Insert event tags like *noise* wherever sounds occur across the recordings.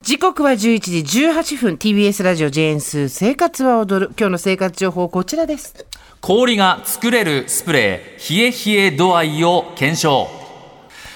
時刻は11時18分 TBS ラジオジェーンスー生活は踊る今日の生活情報こちらです氷が作れるスプレー、冷え冷え度合いを検証。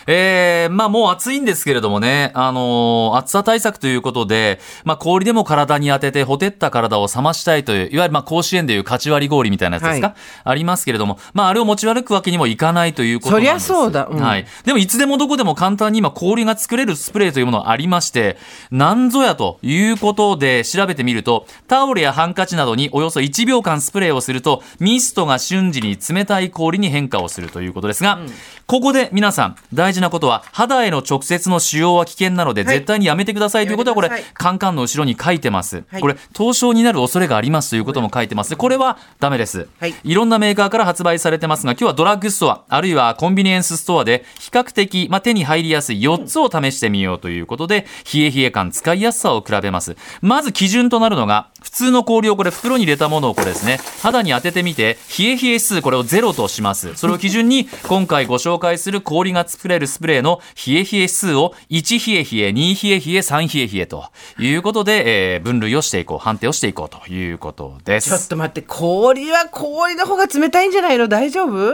えー、まあもう暑いんですけれどもね、あのー暑さ対策ということで、まあ氷でも体に当てて、ほてった体を冷ましたいという、いわゆるまあ甲子園でいう勝ち割り氷みたいなやつですか、はいありますけれども、まああれを持ち歩くわけにもいかないということなんです。そりゃそうだうんはい。でもいつでもどこでも簡単に今氷が作れるスプレーというものがありまして、なんぞやということで調べてみると、タオルやハンカチなどにおよそ1秒間スプレーをすると、ミストが瞬時に冷たい氷に変化をするということですが、ここで皆さん大事なことは肌への直接の使用は危険なので、はい絶対にやめてくださいということはこれやめてくだカンカンの後ろに書いてます、はいこれ凍傷になる恐れがありますということも書いてますこれはダメです、はいいろんなメーカーから発売されてますが、今日はドラッグストア、あるいはコンビニエンスストアで、比較的、まあ、手に入りやすい4つを試してみようということで、冷え冷え感、使いやすさを比べます。まず基準となるのが、普通の氷をこれ袋に入れたものをこれですね、肌に当ててみて、冷え冷え指数これをゼロとします。それを基準に、今回ご紹介する氷が作れるスプレーの冷え冷え指数を1冷え冷え、2冷え冷え、3冷え冷えということで、えー分類をしていこう、判定をしていこうということです。ちょっと待って氷は氷の方が冷たいんじゃないの大丈夫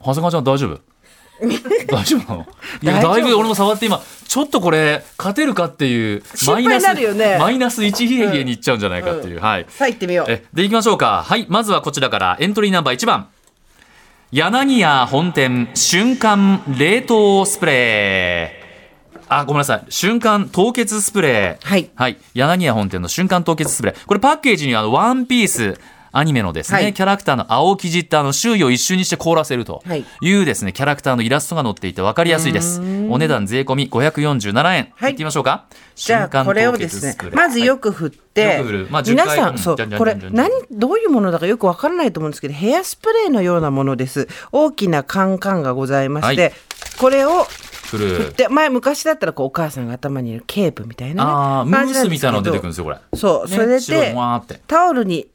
長谷川ちゃん大丈 *laughs* 夫大丈夫なのいや大丈夫だいぶ俺も触って今ちょっとこれ勝てるかっていうマイ心配ナスになるよねマイナス1冷え冷えにいっちゃうんじゃないかっていう、はいさあ行ってみようえでいきましょうかはいまずはこちらからエントリーナンバー1番柳屋本店瞬間冷凍スプレーあごめんなさい瞬間凍結スプレーはい柳屋本店の瞬間凍結スプレーこれパッケージにはあのワンピースアニメのですね、はいキャラクターの青生地ってあの周囲を一瞬にして凍らせるとはいいうですね、キャラクターのイラストが載っていて分かりやすいですお値段税込み547円、はいい、きましょうかじゃあ瞬間これを凍で結すスねプレーまずはいよく振って、よく振るまあ10回皆さうんんそうじゃんじゃんこれじゃんじゃ何んどういうものだかよくわからないと思うんですけどヘアスプレーのようなものです大きなカンカンがございまして、はいこれをくるで前昔だったらこうお母さんが頭にいるケープみたいなね、ああムースみたいなの出てくる感んですよこれじなんですけどそう、ねそ白れいでもわーってタオルにこ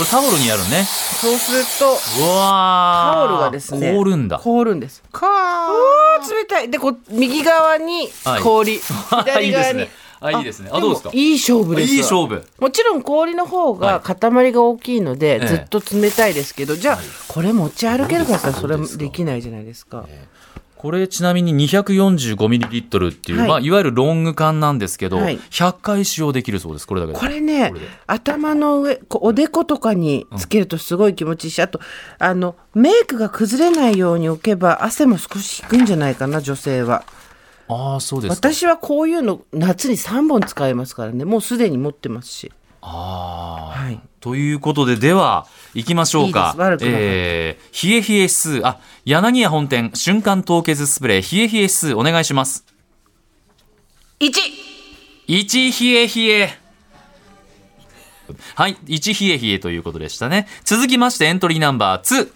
れタオルにあるねそうするとうわターオルがですね凍るんだ凍るんですかー冷たいでこう右側にはい *laughs* 氷、い左いで側すにねあいいですねあでどうもですかいい勝負ですいい勝負もちろん氷の方が塊が大きいので、ええずっと冷たいですけど、じゃあこれ持ち歩けるかさそれできないじゃないですか、これちなみに 245ml っていう、はいいまあ、いわゆるロング缶なんですけど、はい100回使用できるそうですこれだけでこれねこれで頭の上こうおでことかにつけるとすごい気持ちいいし、あとあのメイクが崩れないように置けば汗も少し引くんじゃないかな女性はああそうですか私はこういうの夏に3本使えますからねもうすでに持ってますしああ、はいということででは行きましょういかいです悪くなかったえー、冷え冷え指数あ柳屋本店瞬間凍結スプレー冷え冷え指数お願いします1 1冷え冷えはい1冷え冷えということでしたね続きましてエントリーナンバー2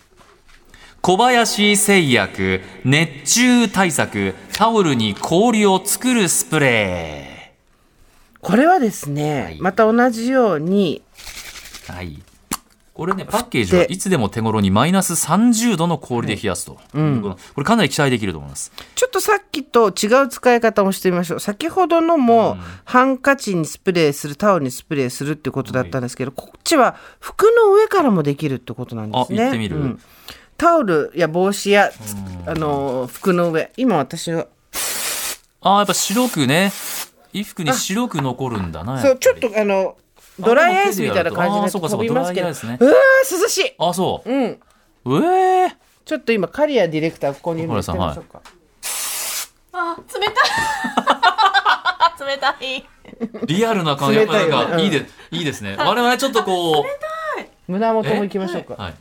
小林製薬熱中対策タオルに氷を作るスプレこれはですね、いまた同じようにーはいこれねパッケージはいつでも手頃にマイナス30度の氷で冷やすと、これかなり期待できると思いますちょっとさっきと違う使い方もしてみましょう。先ほどのも、ハンカチにスプレーする、タオルにスプレーするってことだったんですけど、こっちは服の上からもできるってことなんですね。あ行ってみるうんタオルや帽子や、つあのー服の上。今私は、あーやっぱ白くね衣服に白く残るんだなそやっう、ちょっとあの、ドライアイスみたいな感じになっあてそうか飛そうびかますけドラど。イアイスねうわー、涼しいあそう、うん。うえーちょっと今、カリアディレクターここにいるんで小行っ原さんてみましょうあか。冷たい冷たいリアルな感じ、冷やったぱいよねなんかうんいいで、いいですね。我々ちょっとこう、胸元も行きましょうか。はい、は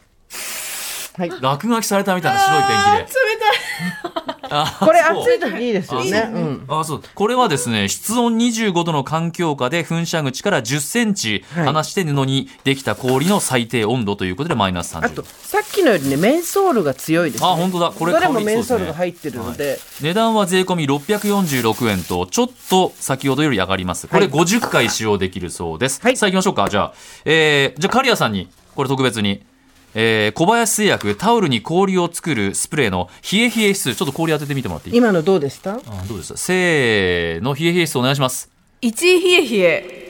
い。落書きされたみたいな白いペンキで。あこれそう暑い時いいですよいいね。うん。あそうこれはですね室温25度の環境下で噴射口から10センチはい離して布にできた氷の最低温度ということでマイナスあ30と度さっきのよりねメンソールが強いです、ね、あ本当だこれどれ香もりそうですねメンソールが入ってるので値段は税込み646円とちょっと先ほどより上がりますこれはい50回使用できるそうです、はいさあ行きましょうかじゃあ、えーじゃあ刈谷さんにこれ特別に、えー小林製薬タオルに氷を作るスプレーの冷え冷え指数ちょっと氷当ててみてもらっていい今のどうでしたあどうですかせーの冷え冷え指数お願いします一位ひえひえ。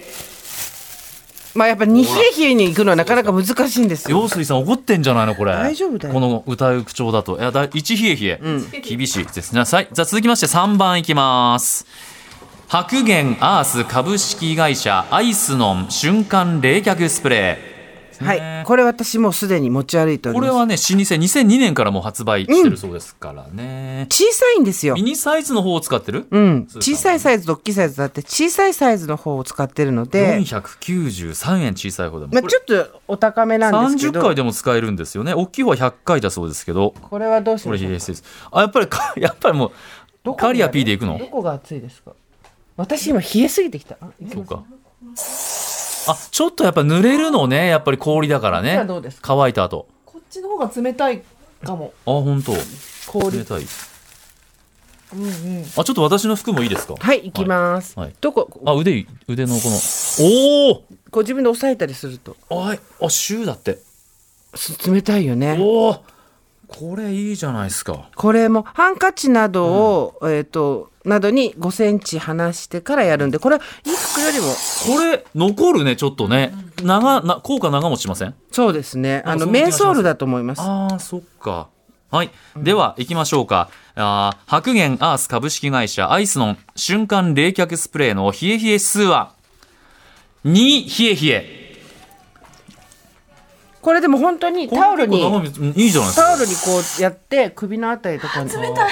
まあやっぱり冷え冷えに行くのはなかなか難しいんですよ。 *laughs* 陽水さん怒ってんじゃないのこれ大丈夫だよこの歌う口調だといやだ一冷え冷え、厳しいですねさあじゃあ続きまして3番いきます白源アース株式会社アイスノン瞬間冷却スプレーはい。これ私もうすでに持ち歩いておりこまれす。はね老舗2002年からもう発売してるそうですからね、小さいんですよミ。ニサイズの方を使ってる、うん。スーパー小さいサイズと大きいサイズだって、小さいサイズの方を使ってるので、 493円小さい方でも、まあこれちょっとお高めなんですけど30回、でも使えるんですよね大きい方は100回だそうですけどこれはどうしこまれし冷ょうえ性ですあやっぱりか *laughs* やっぱりもどこうがカリア P でいくのどこが暑いですか私今冷えすぎてきた。あそうかあちょっとやっぱ濡れるのねやっぱり氷だからじゃねあどうです乾いた後こっちの方が冷たいかも。あ本当氷冷。たいあちょっと私の服もいいですかはい、行きます。はいはいどこ、あ腕い腕のこのおご自分で押さえたりすると、おあいあシューだってす冷たいよね。おおこれいいじゃないですかこれもハンカチなどを、えっ、と、などに5センチ離してからやるんで、これは衣服よりも、これ残るねちょっとね長な効果長持ちしませんそうですね。ああの、そんな気メがンソールだと思います。ああ、そっか。はい。では、行きましょうか。あー白源アース株式会社アイスノン瞬間冷却スプレーの冷え冷え指数は、2冷え冷え。これでも本当にタオルに、これ結構長いいいじゃないですタかオ。ルにこうやって、首のあたりとかに。冷たい。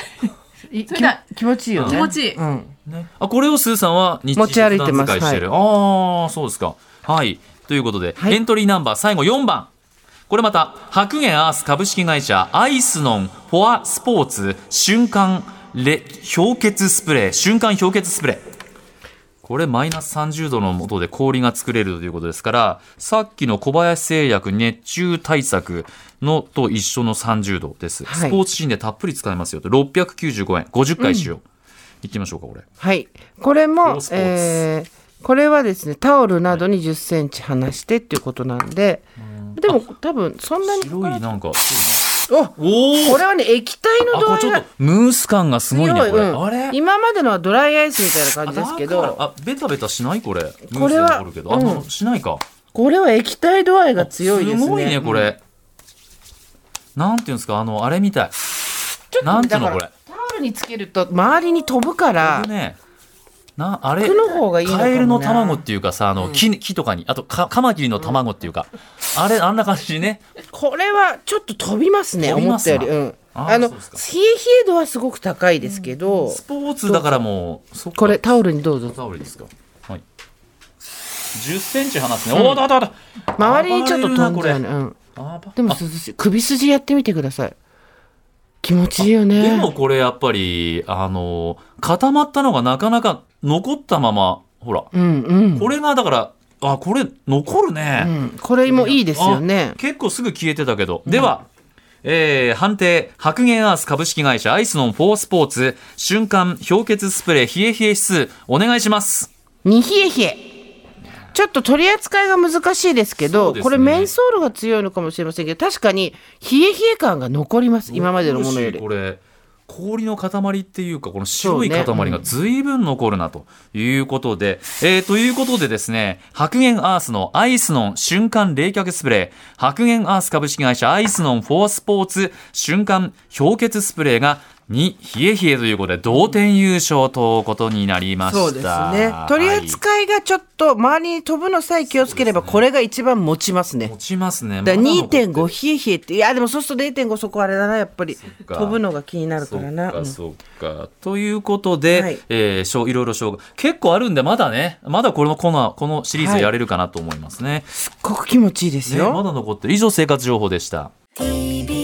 冷た気持ちいいよね。気持ちいいうん。ねあ、これをスーさんは日持ち歩いてます普段使してる。ああ、そうですか。はい。ということで、はいエントリーナンバー最後4番。これまた、白源アース株式会社アイスノンフォアスポーツ瞬間レ氷結スプレー、瞬間氷結スプレー。これマイナス30度のもとで氷が作れるということですから、さっきの小林製薬熱中対策のと一緒の30度です。はいスポーツシーンでたっぷり使えますよと、695円、50回使用。いきましょうか、これ。はい。これもロス、ポーツえー、これはですね、タオルなどに10センチ離してっていうことなんで、でも多分そんなに、白いなんかおおこれはね、液体のあ度これ合ちいょっがとムース感がすごいねこれ、うんあれ今までのはドライアイスみたいなあ感じだですけからどあベタベタしないこれこれはムースで残るけどあ、うんしないかこれは液体度合いが強いですねごいねこれ、なんていうんですかあのあれみたいちょっとなんていうのだかこらタオルにつけると周りに飛ぶかられねなあれ服の方がいいのかもカなエルの卵っていうかさあの木木とかにあとかカマキリの卵っていうか、あれあんな感じにねこれはちょっと飛びますね飛び思まっすたなよりうんああーのそ冷うですかえ冷え度はすごく高いですけどスポーツだからもうそっかこれタオルにどうぞタオルですかはい10センチ離すね、おおだだだ周りにちょっと飛んじゃうねうんあばでも涼しい首筋やってみてください気持ちいいよねでもこれやっぱり、あの、固まったのがなかなか残ったまま、ほら、うんうんこれがだから、あ、これ残るうね。んこれもいいですよねあ結構すぐ消えてたけど。では、えー判定、白源アース株式会社アイスノンフォースポーツ瞬間氷結スプレー冷え冷え指数お願いします。にひえひえ。ちょっと取り扱いが難しいですけそどうですねこれメンソールが強いのかもしれませんけど確かに冷え冷え感が残ります今までのものよりこれ氷の塊っていうかこの白いそうね塊が随分残るなということで、えーということでですね白源アースのアイスノン瞬間冷却スプレー白源アース株式会社アイスノンフォースポーツ瞬間氷結スプレーが2冷え冷えということで同点優勝ということになりましたそうですね取りはい扱いがちょっと周りに飛ぶのさえ気をつければこれが一番持ちますね落ちますねだからまだ残ってる2.5冷え冷えっていやでもそうすると0.5そこあれだなやっぱりっか飛ぶのが気になるからなそっかうんそっか、ということで、はいえーしょういろいろしょうが結構あるんでまだねまだこのコーナーこのシリーズやれるかなと思いますね,、すっごく気持ちいいですねまよだ残ってる以上生活情報でした TBS